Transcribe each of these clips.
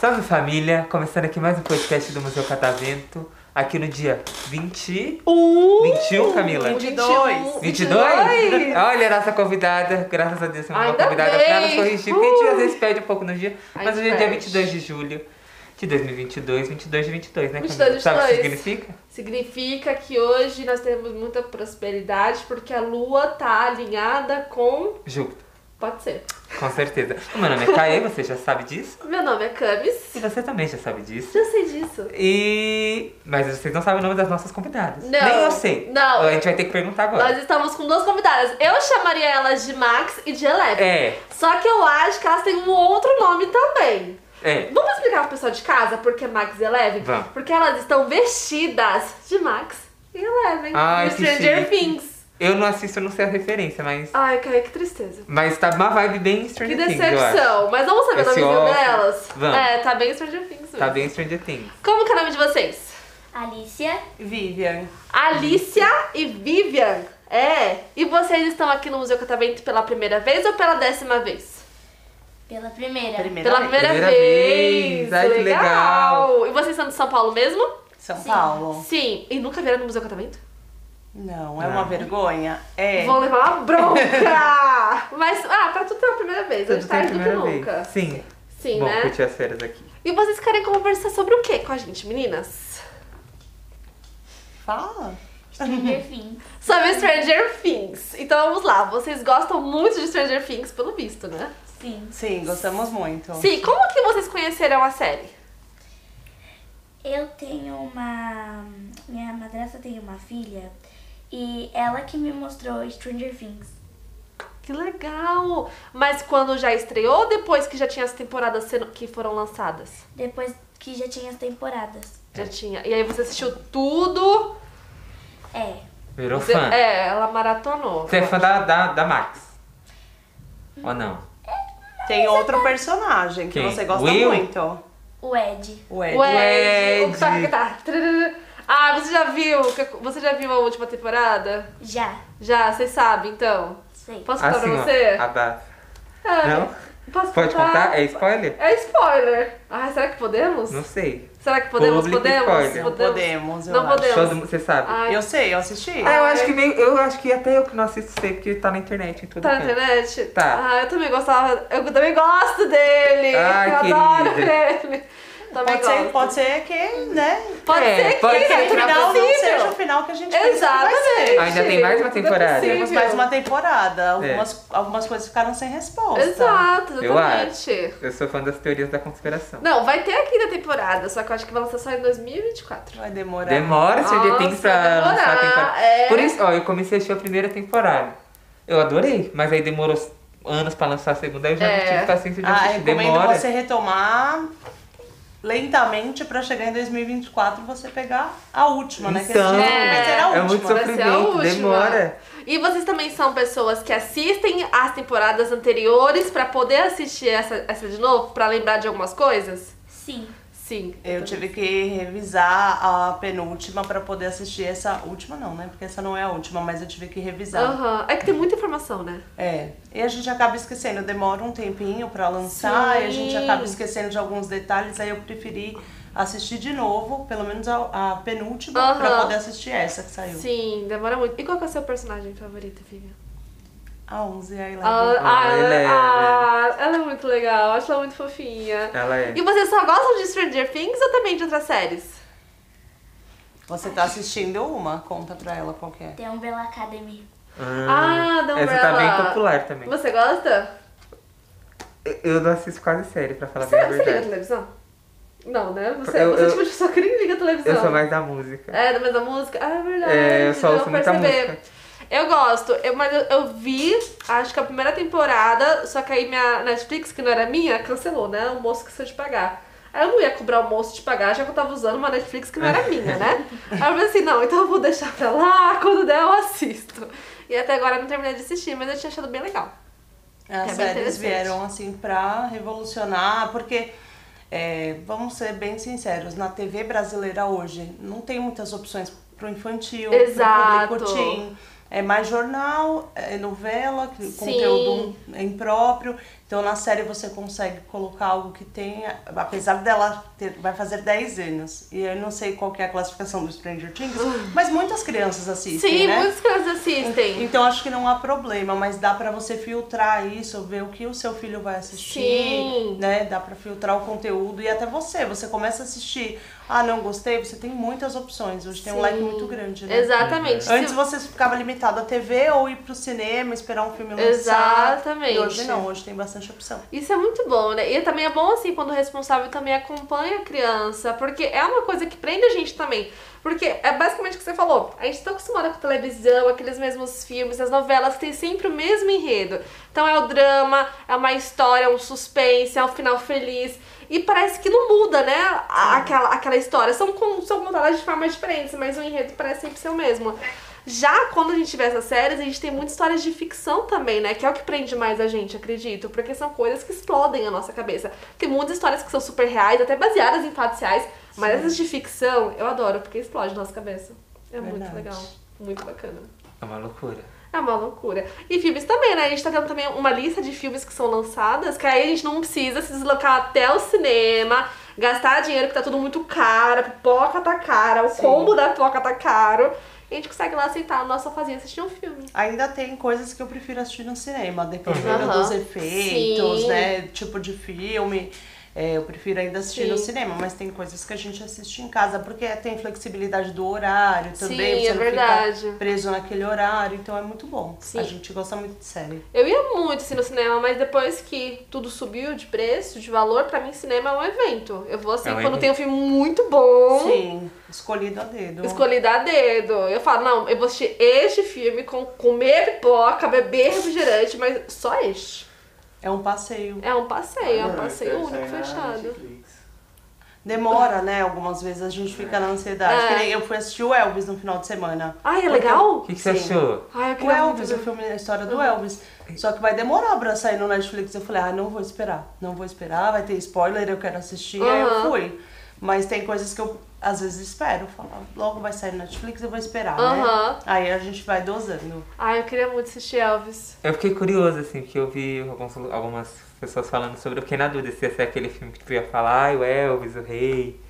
Salve família! Começando aqui mais um podcast do Museu Catavento, aqui no dia 20. Um. 21, Camila? 22. 22? Olha a nossa convidada, graças a Deus, temos uma Ainda convidada bem. pra nos corrigir, porque a gente às vezes perde um pouco no dia, Aí mas hoje é dia perde. 22 de julho de 2022, 22 de 22, né, Camila? 22 de Sabe o que 22. significa? Significa que hoje nós temos muita prosperidade porque a lua tá alinhada com. Júpiter, Pode ser. com certeza. O meu nome é Caê, você já sabe disso, Meu nome é Camis. e você também já sabe disso. Já sei disso. E... Mas vocês não sabem o nome das nossas convidadas. Não. Nem eu sei. Não. A gente vai ter que perguntar agora. Nós estamos com duas convidadas. Eu chamaria elas de Max e de Eleve. É, Só que eu acho que elas têm um outro nome também. é. Vamos explicar pro pessoal de casa por que Max e Eleven? Vamos. Porque elas estão vestidas de Max e Eleven. Ai, do que Stranger chique. Things. Eu não assisto, eu não sei a referência, mas... Ai, Caio, que tristeza. Mas tá uma vibe bem Que Stranger Things, eu acho. decepção. Mas vamos saber Esse o nomezinho óculos. delas? Vamos. É, tá bem Stranger Things mesmo. Tá bem Stranger Things. Como que é o nome de vocês? Alicia, Vivian. Alicia e Vivian. É. E vocês estão aqui no Museu Catavento pela primeira vez ou pela décima vez? pela primeira. Primeira Pela vez. primeira, Primeira vez. Ai, que E vocês são de São Paulo mesmo? São Paulo. Sim. E nunca vieram no Museu Catavento? Não, é uma vergonha? É. Vou levar uma bronca! Mas, ah, pra tudo é a primeira vez. Hoje Tudo tem a tarde do que primeira vez. nunca. Sim. Sim, Bom, né? curtir as férias aqui. E vocês querem conversar sobre o que com a gente, meninas? Fala. Stranger Things. Sobre Stranger Things. Então vamos lá, vocês gostam muito de Stranger Things, pelo visto, né? Sim. Sim, gostamos muito. Sim, como que vocês conheceram a série? Eu tenho uma. Minha madrasta tem uma filha e ela que me mostrou Stranger Things. Que legal! Mas quando já estreou ou depois que já tinha as temporadas sendo, que foram lançadas? Depois que já tinha as temporadas. É. Já tinha. E aí você assistiu tudo? É. Virou Você- fã. é, ela maratonou. Você é fã da, da, da Max? Ou não? Tem outro personagem que Quem? você gosta Will? muito. O Ed. O Ed. O Ed. Ed. O que tá, que tá. trarará. Ah, você já viu? Você já viu a última temporada? Já. Já, vocês sabem, então. Sei. Posso contar assim, pra ó, você? abafa. Ah, Não? Posso Pode contar? É spoiler? É spoiler. Ah, será que podemos? Não sei. Será que podemos? Público podemos? spoiler. Não podemos, eu Não acho. podemos. Todo mundo- você sabe. Ai, Eu sei, eu assisti. Ah, eu é. acho que meio, eu acho que até eu que não assisto sei, porque tá na internet em todo Tá na canto. internet? Tá. Ah, eu também gostava. Eu também gosto dele. Ai, eu querida. adoro ele. Também Pode ser, gosto. pode ser que, né? Pode É, ser que pode ser seja Que o final não possível. seja o final que a gente pensa que Exatamente. vai ser. Ainda tem mais uma Não é temporada? possível. Temos mais uma temporada. É. Algumas, algumas coisas ficaram sem resposta. Exato, Eu exatamente. Eu sou fã das teorias da conspiração. Não, vai ter aqui na temporada, só que eu acho que vai lançar só em 2024. Vai demorar. Demora se Nossa, ele tem pra vai lançar a temporada. demorar, é. Por isso, ó, eu comecei a assistir a primeira temporada. Eu adorei, mas aí demorou anos pra lançar a segunda, aí eu já É. não tive paciência de Ah, assistir. recomendo Demora. você retomar lentamente pra chegar em 2024 você pegar a última, né? Que Então, esse ano vai ser a é última. né? muito Vai ser a Sofrimento, última. demora. E vocês também são pessoas que assistem as temporadas anteriores pra poder assistir essa, essa de novo, pra lembrar de algumas coisas? Sim. Sim. Eu tive que revisar a penúltima pra poder assistir essa última, não, né? Porque essa não é a última, mas eu tive que revisar. Aham. É que tem muita informação, né? É. E a gente acaba esquecendo, demora um tempinho pra lançar e a gente Sim. acaba esquecendo de alguns detalhes, aí eu preferi assistir de novo, pelo menos a, a penúltima, pra Aham. poder assistir essa que saiu. Sim, demora muito. E qual que é o seu personagem favorito, Vivian? A 11, aí lá. Ah, Ah, ah, ela, Eleven. ah, ela é muito legal, acho ela muito fofinha. Ela é. E vocês só gostam de Stranger Things ou também de outras séries? Você tá assistindo uma? Conta pra ela qual que é. The Umbrella Academy. Ah, da Essa tá Umbrella. bem popular também. Você gosta? Eu- Eu não assisto quase série, pra falar Você, bem a você liga a é verdade. televisão? Não, né? Eu- Você, você é o eu- tipo de pessoa que nem liga a televisão. Eu sou mais da música. É, mas a música. Ah, é verdade. É, eu só deu ouço pra muita perceber. música. Eu gosto, eu, mas eu, eu vi, acho que a primeira temporada, só que aí minha Netflix, que não era minha, cancelou, né? O moço que saiu de pagar. Aí eu não ia cobrar o moço de pagar, já que eu tava usando uma Netflix que não É. era minha, né? Aí eu falei assim, não, então eu vou deixar pra lá, quando der eu assisto. E até agora eu não terminei de assistir, mas eu tinha achado bem legal. As É bem séries interessante. vieram assim pra revolucionar, porque É, vamos ser bem sinceros, na TV brasileira hoje não tem muitas opções pro infantil, Exato. pro público teen. É mais jornal, é novela, que- Sim. conteúdo impróprio. Então na série você consegue colocar algo que tenha, apesar dela ter, vai fazer 10 anos. E eu não sei qual que é a classificação do Stranger Things, mas muitas crianças assistem, Ah. Sim, né? muitas crianças assistem. Então acho que não há problema, mas dá pra você filtrar isso, ver o que o seu filho vai assistir, Sim. né? Dá pra filtrar o conteúdo e até você, você começa a assistir, ah, não gostei, você tem muitas opções, hoje tem um Sim. leque muito grande, né? Exatamente. Se- Antes você ficava limitado à TV ou ir pro cinema, esperar um filme lançar. Exatamente. E hoje não, hoje tem bastante opção. Isso é muito bom, né? E também é bom, assim, quando o responsável também acompanha a criança, porque é uma coisa que prende a gente também. Porque é basicamente o que você falou, a gente tá acostumada com televisão, aqueles mesmos filmes, as novelas têm sempre o mesmo enredo. Então é o drama, é uma história, é um suspense, é um final feliz. E parece que não muda, né? a- Aquela, aquela história. São, con- são contadas de formas diferentes, mas o enredo parece sempre ser o mesmo. Já quando a gente vê essas séries, a gente tem muitas histórias de ficção também, né? Que é o que prende mais a gente, acredito. Porque são coisas que explodem a nossa cabeça. Tem muitas histórias que são super reais, até baseadas em fatos reais. Mas essas de ficção, eu adoro, porque explode a nossa cabeça. É muito Verdade. legal. Muito bacana. É uma loucura. É uma loucura. E filmes também, né? A gente tá tendo também uma lista de filmes que são lançadas, que aí a gente não precisa se deslocar até o cinema, gastar dinheiro, que tá tudo muito caro, a pipoca tá cara, o Sim. combo da pipoca tá caro. E a gente consegue lá sentar na nossa sofazinha e assistir um filme. Ainda tem coisas que eu prefiro assistir no cinema, dependendo Aham. dos efeitos, Sim. né? Tipo de filme. É, eu prefiro ainda assistir no Sim. cinema, mas tem coisas que a gente assiste em casa, porque tem flexibilidade do horário também, Sim, você é não verdade. fica preso naquele horário, então é muito bom. Sim. A gente gosta muito de série. Eu ia muito assim, no cinema, mas depois que tudo subiu de preço, de valor, pra mim cinema é um evento. Eu vou assim, É um quando evento. tem um filme muito bom. Sim, escolhido a dedo. Escolhi a dedo. Eu falo, não, eu vou assistir este filme, com, comer pipoca, beber refrigerante, mas só este. É um passeio. É um passeio, é um Ah, Não, passeio isso aí único, sai na fechado. Netflix. Demora, né? Algumas vezes a gente fica na ansiedade. É. Que nem eu fui assistir o Elvis no final de semana. Ai, é legal? O que, que você Sim. achou? Ai, eu O queria muito É Elvis, o ver. filme, a história do Elvis. Só que vai demorar pra sair no Netflix. Eu falei, ah, não vou esperar. Não vou esperar, vai ter spoiler, eu quero assistir. Aí eu Aham. fui. Mas tem coisas que eu, às vezes, espero. Falo, "Ah, logo vai sair no Netflix, eu vou esperar, Aham. né? Aí a gente vai dosando. Ai, eu queria muito assistir Elvis. Eu fiquei curioso, assim, porque eu vi alguns- algumas pessoas falando sobre. Eu fiquei na dúvida se esse é aquele filme que tu ia falar, ai, o Elvis, o rei.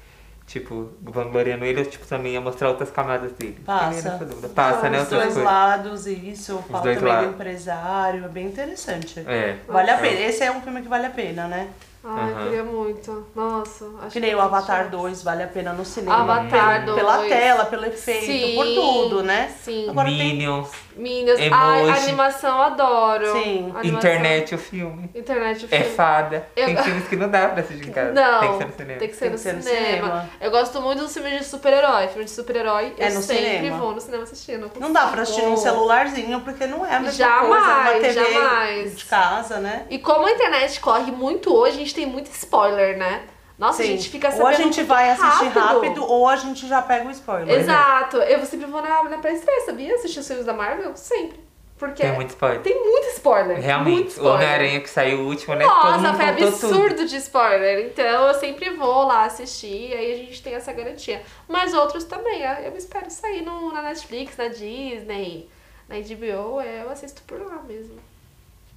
Tipo, vangloriando ele, ou tipo, também ia mostrar outras camadas dele. Passa. Fiquei nessa dúvida. Passa, né? Os Outras dois coisas. lados e isso. Fala dois também lados. do empresário. É bem interessante. É. Vale a É. pena. Esse é um filme que vale a pena, né? Ai, eu Aham. queria muito. Nossa, acho Que nem eu o vou Avatar assistir. 2 vale a pena no cinema. Avatar 2. Pela tela, pelo efeito, por Sim, tudo, né? Sim. Agora tem Minions, Minions. Ai, Emoji. animação, eu adoro. Sim. Animação. internet, o filme. Internet, o É filme. fada. Eu- Tem filmes que não dá pra assistir em casa. tem Não, que ser no cinema. tem que ser Tem no que ser no cinema. cinema. Eu gosto muito dos filmes de super-herói. Filme de super-herói, É eu no sempre cinema. vou no cinema assistindo. não Não dá pra consigo. assistir num celularzinho, porque não é a mesma Jamais, coisa. Uma TV jamais. de casa, né? E como a internet corre muito hoje, a gente tem muito spoiler, né? Nossa, a Sim. gente fica sabendo ou a gente né? muito vai assistir rápido. rápido, ou a gente já pega o spoiler. Exato. Eu sempre vou na, na pré-estreia, sabia? Assistir os filmes da Marvel? Sempre. Porque Tem muito spoiler. tem muito spoiler. muito Realmente, o spoiler. Homem-Aranha que saiu o último, né? Todo Nossa, mundo foi contou tudo. absurdo de spoiler. Então eu sempre vou lá assistir e aí a gente tem essa garantia. Mas outros também, é, eu espero sair no, na Netflix, na Disney, na HBO, é, eu assisto por lá mesmo.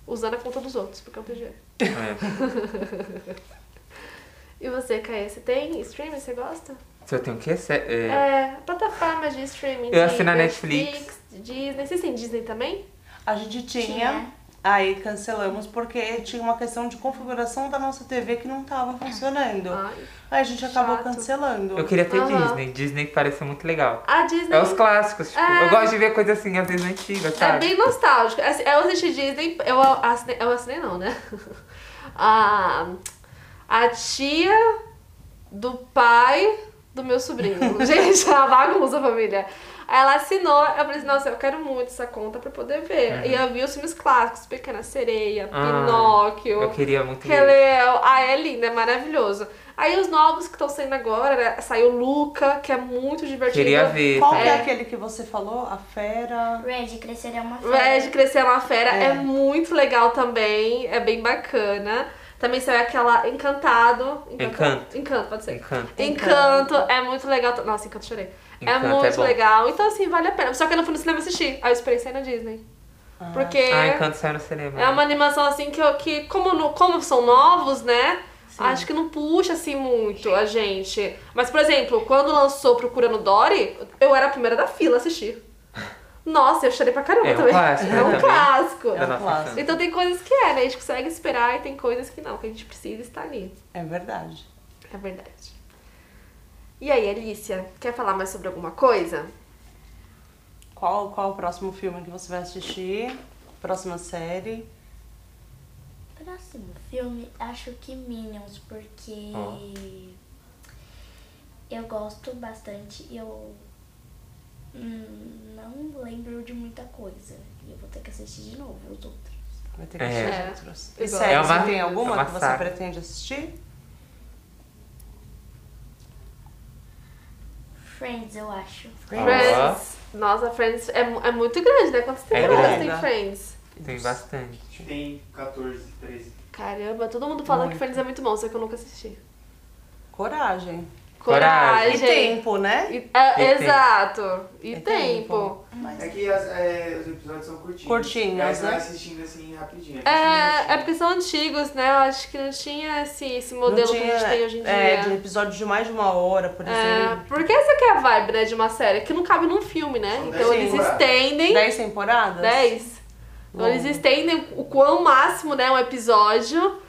Usando a conta dos outros, porque um eu tenho dinheiro. É. E você, Caê, você tem streaming? Você gosta? Se eu tenho o quê? Se- é, É, plataformas de streaming. Eu tem assino a Disney. Vocês têm Disney também? A gente tinha, Tinha. aí cancelamos porque tinha uma questão de configuração da nossa TV que não tava funcionando. Ai. aí a gente acabou Ah, chato. cancelando. Eu queria ter Aham. Disney. Disney parece muito legal. A Disney. É os clássicos, tipo, É. eu gosto de ver coisa assim, às vezes antiga, É sabe? bem nostálgico. Assim, Eu assisti Disney, eu assinei, eu assinei não, né? A, a tia do pai do meu sobrinho. Gente, é uma bagunça, família. Aí Ela assinou, eu falei assim, nossa, eu quero muito essa conta pra poder ver. E eu vi os filmes clássicos, Pequena Sereia, Uhum. Ah, Pinóquio. Eu queria muito ver. Releu. Ah, é lindo, é maravilhoso. Aí os novos que estão saindo agora, né? Saiu Luca, que é muito divertido. Queria ver. Qual tá? que é É. aquele que você falou? A fera. Red cresceria uma Red Crescer é uma Fera é. É. muito legal também, é bem bacana. Também saiu aquela Encantado. Encanto. Encanto, pode ser. Encanto. Encanto, é muito legal. Nossa, Encanto chorei. Encanto é é muito bom. legal. Então, assim, vale a pena. Só que eu não fui no cinema assistir. Aí eu esperei sair na Disney. Porque Ah, Encanto saiu no cinema. é uma animação, assim, que, eu- que como, no- como são novos, né? Acho que não puxa, assim, muito a gente. Mas, por exemplo, quando lançou Procurando Dory, eu era a primeira da fila a assistir. Nossa, eu chorei pra caramba É um também. clássico, né, é um também. clássico. da um nossa clássico. infância. Então tem coisas que é, né? A gente consegue esperar e tem coisas que não, que a gente precisa estar ali. É verdade. É verdade. E aí, Alicia, quer falar mais sobre alguma coisa? Qual, qual o próximo filme que você vai assistir? Próxima série? Próximo filme, acho que Minions, porque Ó. eu gosto bastante e eu hum, não lembro de muita coisa. E eu vou ter que assistir de novo os outros. Vai ter que É. assistir É. os outros. É E série, uma- tem alguma é uma que você saga. pretende assistir? Friends, eu acho. Friends. Nossa, Friends é, mu- é muito grande, né? Quantas temporadas É grande. tem Friends? Tem bastante. Tem 14, 13. Caramba, todo mundo fala que Friends é muito bom, só que eu nunca assisti. Coragem. Coragem. E tempo, né? É, E- é, E tempo. exato. E É tempo. tempo. Mas É que as- é, os episódios são curtinhos. Curtinhos, Aí você vai né? assistindo assim rapidinho. assim. É, é porque porque são antigos, né? Eu acho que não tinha esse, esse modelo que a gente tem hoje em dia. É, de episódio de mais de uma hora, por É, exemplo. porque essa que é a vibe, né, de uma série, que não cabe num filme, né? São Então dez eles temporadas. estendem Dez temporadas? 10. Então eles estendem o quão máximo, né, um episódio,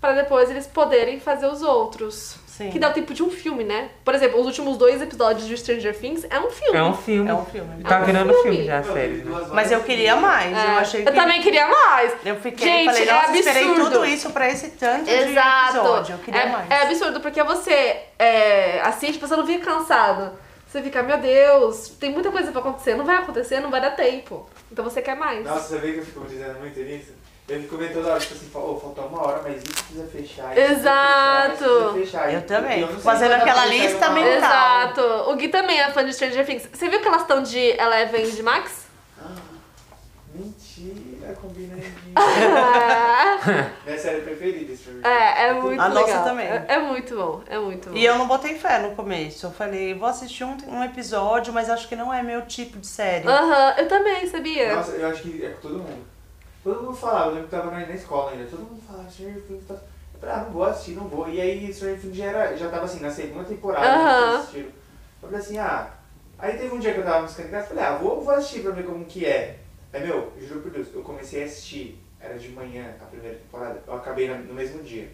pra depois eles poderem fazer os outros. Sim. Que dá o tempo de um filme, né? Por exemplo, os últimos dois episódios de Stranger Things é um filme. É um filme. É um filme. Tá um virando filme. filme já, a série. né? Mas eu queria mais. Eu achei que. É. Eu também queria mais. Eu fiquei Gente, falei, é nossa, esperei absurdo. tudo isso pra esse tanto de Exato. episódio. Eu queria É, mais. é absurdo, porque você é, assiste, você não fica cansado. Você fica, meu Deus, tem muita coisa pra acontecer. Não vai acontecer, não vai dar tempo. Então você quer mais. Nossa, você vê que eu fico dizendo muito nisso? Eu fico vendo toda hora, tipo assim, fala, "Ô, faltou uma hora, mas isso precisa fechar. isso precisa fechar, isso Exato. precisa fechar". Eu E também. não sei Fazendo quando aquela vai fechar lista uma hora. mental. Exato. O Gui também é fã de Stranger Things. Você viu que elas estão de Eleven e de Max? "Ah, Mentira, combina aí. é, Minha série preferida, Stranger Things. é muito A legal. nossa também. É, é muito bom, é muito bom. E eu não botei fé no começo. Eu falei, vou assistir um, um episódio, mas acho que não é meu tipo de série. Aham, eu também, sabia? Nossa, eu acho que é com todo mundo. Todo mundo falava, eu lembro que tava na, na escola ainda, todo mundo falava, Stranger Things tá... Eu falei, ah, não vou assistir, não vou. E aí Stranger Things já, era, já tava assim, na segunda temporada, Aham. que eles assistiram. Eu falei assim, ah... Aí teve um dia que eu tava nos candidatos, falei, ah, vou, vou assistir pra ver como que é. Aí, meu, juro por Deus, eu comecei a assistir, era de manhã a primeira temporada, eu acabei na- no mesmo dia.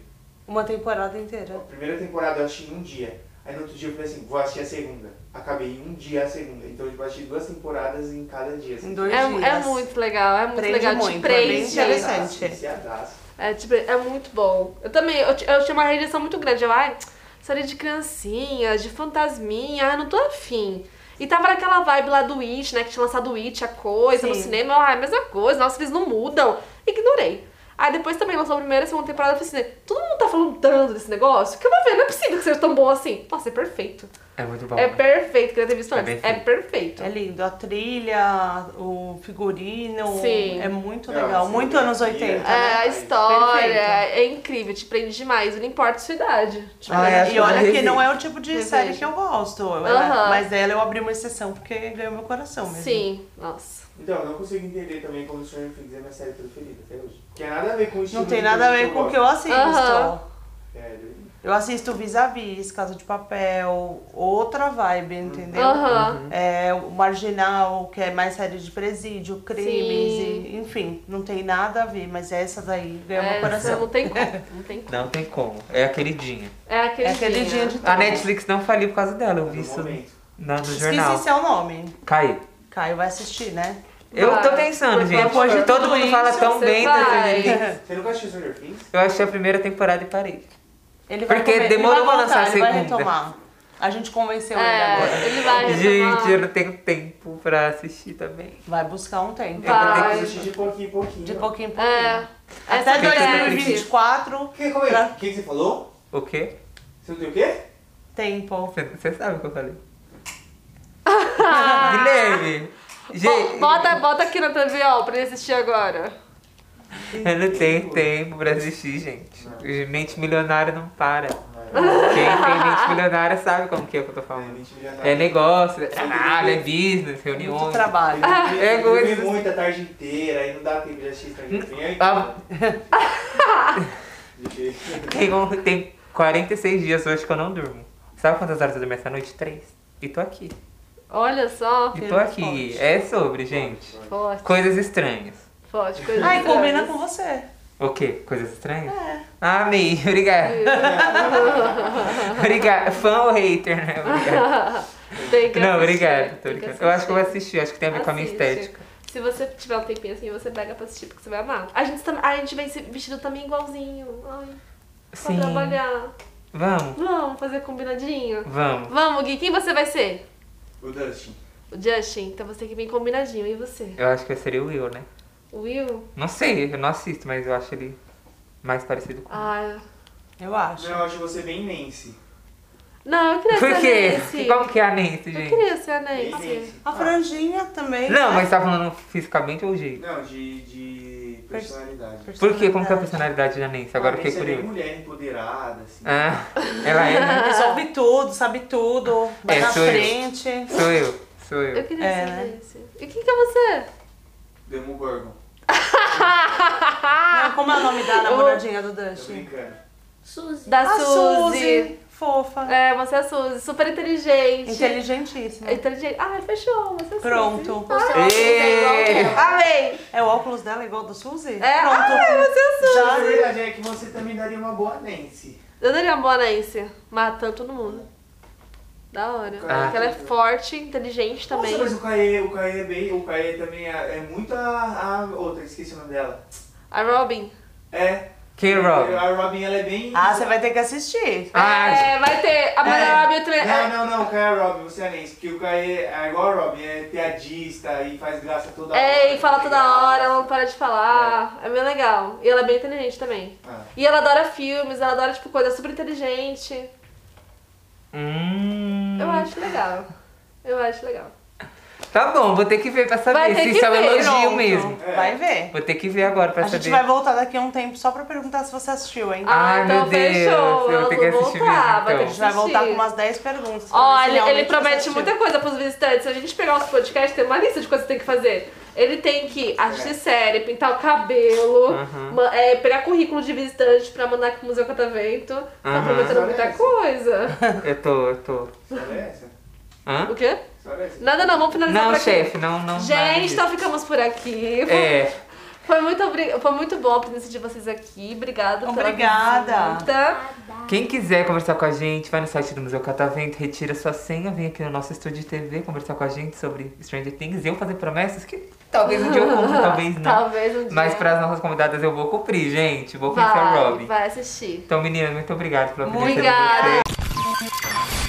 Uma temporada A inteira. primeira temporada eu assisti em um dia. Aí no outro dia eu falei assim, vou assistir a segunda. Acabei em um dia a segunda. Então eu tipo, assisti duas temporadas em cada dia. assim. Em dois É, dias. é muito legal, é muito Prende legal. muito, é te bem prende. interessante. Viciadaço. É, tipo, é muito bom. Eu também, eu, ti- eu tinha uma rejeição muito grande. Eu, ai, série de criancinha, de fantasminha, ai, não tô afim. E tava naquela vibe lá do It, né? Que tinha lançado o It, a coisa, no Sim. cinema. Eu, ai, mesma coisa, nossa, eles não mudam. Ignorei. Aí depois também lançou a primeira e a segunda temporada, eu falei assim, todo mundo tá falando tanto desse negócio, que eu vou ver, não é possível que seja tão bom assim. Nossa, é perfeito. É muito bom. é né? perfeito, queria ter visto É antes. bem É feito. perfeito. É lindo. A trilha, o figurino. Sim. É muito É, legal. sim, muito a anos né? trilha. 80. É, É, a história Perfeito. é incrível, te prende demais, não importa a sua idade. Tipo, né? Te Ah, prende é, E olha que não é o tipo de Revejo. série que eu gosto. Eu- Aham. Mas dela eu abri uma exceção porque ganhou meu coração mesmo. Sim, nossa. Então, eu não consigo entender também como Stranger Things é minha série preferida até hoje. Não tem nada a ver com o estilo Não tem de É, nada a coisa ver com o que eu gosto. assisto. Aham. Sério. Eu assisto vis-a-vis, Casa de Papel, outra vibe, entendeu? Aham. É, o Marginal, que é mais série de presídio, crimes, e, enfim, não tem nada a ver, mas essa daí ganhou meu É, coração. Não tem como, não tem como. Não tem como. É a queridinha. É aquele, É aquele dia de A Netflix não faliu por causa dela. Eu Tá vi no isso momento. na- no jornal. Esqueci seu nome. Caiu. Caio vai assistir, né? Eu tô Vai. pensando, Por gente. favor. porque todo mundo fala tão Você bem vai. da Stranger Things. Você nunca assistiu Stranger Things? Eu achei a primeira temporada e parei. Ele Porque comer- ele demorou vai pra lançar a voltar, Ele vai segunda. retomar. A gente convenceu ele agora. É, ele vai retomar. Gente, eu não tenho tempo pra assistir também. Vai buscar um tempo. Eu vou ter Vai. que assistir de né? pouquinho em pouquinho. De pouquinho em pouquinho. É. Até essa série. 2024, Que, como é? Pra- O que que você falou? O quê? Você não tem o quê? tempo. Você- Você sabe o que eu falei. Ah. Guilherme! Bo- Gente, Bota, bota aqui na TV, ó, pra ele assistir agora. Eu É, não tenho é, tempo pra assistir, gente. Não. Mente milionária não para. Não, Quem tem mente milionária sabe como que é que eu tô é falando. mente milionária. É negócio, é trabalho, é business, Muito reuniões. trabalho. É Ah, Eu dormi coisa- muito a tarde inteira, aí não dá tempo de assistir Stranger Things. né? Ah. De- Tem, um- tem 46 dias hoje que eu não durmo. Sabe quantas horas eu dormi essa noite? Três. E tô aqui. Olha só. E Que tô aqui. forte. É sobre, gente. Forte. Coisas estranhas. Forte. Coisa Ai, estranha. combina com você. O quê? Coisas estranhas? É. Ah, Amei. Obrigada. Obrigada. Fã ou hater, né? Obrigada. Tem que Não, assistir, obrigado. Tô tem que brincando. Eu acho que eu vou assistir. assistir. Acho que tem a ver com a minha Assiste. estética. Se Assim, você tiver um tempinho assim, você pega pra assistir, porque você vai amar. A gente, tam- a gente vem se vestido também igualzinho. Ai, pra Sim. trabalhar. Vamos. Vamos fazer combinadinho. Vamos. Vamos, Gui, quem você vai ser? O Dustin. O Justin, então você tem que vir combinadinho. E você? Eu acho que seria o Will, né? O Will? Não sei, eu não assisto, mas eu acho ele mais parecido com. Ah. Eu acho. Não, eu acho você bem Nancy. Não, eu queria Por ser quê? a Nancy. Como que é a Nancy, Eu gente? queria ser É, a Bem Nancy. Nancy. A franjinha também. Não, mas tá falando fisicamente ou jeito? Não, de, de personalidade. Por quê? Como que é a personalidade da Nancy? Agora eu que fiquei bem curioso. mulher empoderada, assim. Ah, ela é, né? Resolve tudo, sabe tudo, vai É, na sou eu. frente. Sou eu, sou eu. Eu queria É, ser a né? Nancy. E quem que é você? Demogorgon. Ah! Não, como é o nome da namoradinha do Tô Dustin? brincando. Suzy. Da Suzy. Fofa. É, você é a Suzy. Super inteligente. Inteligentíssima. Inteligente. Ah, fechou. Você é a Suzy. Pronto. Você é Ê! igual Amei! É o óculos dela igual ao do Suzy? É, Pronto. ai, você é Suzy. A Já- verdade é que você também daria uma boa Nancy. Eu daria uma boa Nancy, matando todo mundo. Da hora. Ah. Porque ela é forte, inteligente também. Nossa, mas o Kaê, o Kaê é bem. O Kaê também é, é muito a, a outra, esqueci o nome dela. A Robin. É. Quem, Rob? A Robin, ela é bem. Ah, você vai ter que assistir. Ah, é, vai ter. A Mara Robin eu também. Não, não, não, o Kaê é Robin, você é Nancy. Porque o Kaê é igual a Robin, é piadista e faz graça toda hora. né? É, e fala toda graça. hora, ela não para de falar. É bem legal. E ela é bem inteligente também. Ah. E ela adora filmes, ela adora, tipo, coisa super inteligente. hum, Eu acho legal. Eu acho legal. Tá bom, vou ter que ver pra Vai saber ter se que isso é um ver. elogio Pronto. mesmo. Vai ver. Vou ter que ver agora pra A gente saber. vai voltar daqui a um tempo só pra perguntar se você assistiu, hein? Ah, Ai, então meu Deus, eu fechou. vou Elas ter que vão assistir voltar, mesmo, vai ter então. A que gente vai voltar com assistir. umas 10 perguntas. pra ver se Olha, ele é realmente promete você assistiu. muita coisa pros visitantes. Se a gente pegar os podcasts, tem uma lista de coisas que tem que fazer. Ele tem que assistir série, pintar o cabelo, É. Aham. ma- é, pegar currículo de visitante pra mandar pro Museu Catavento. Tá Aham. prometendo muita coisa. Eu tô, eu tô. Sabe essa? Hã? O quê? Sabe essa? Nada não, vamos finalizar por Não, aqui. chefe, não, não. nada Gente, disso. então ficamos por aqui. Foi- É, Foi muito, obri- foi muito bom a presença de vocês aqui. Obrigada Obrigada. Pela visita. quem quiser conversar com a gente, vai no site do Museu Catavento, retira sua senha, vem aqui no nosso estúdio de TV conversar com a gente sobre Stranger Things e eu fazer promessas que talvez um dia eu cumpra, talvez não. Talvez um dia. Mas para as nossas convidadas eu vou cumprir, gente. Vou conhecer o vai, Robin. vai assistir. Então, menina, muito obrigado pela presença de Obrigada. vocês.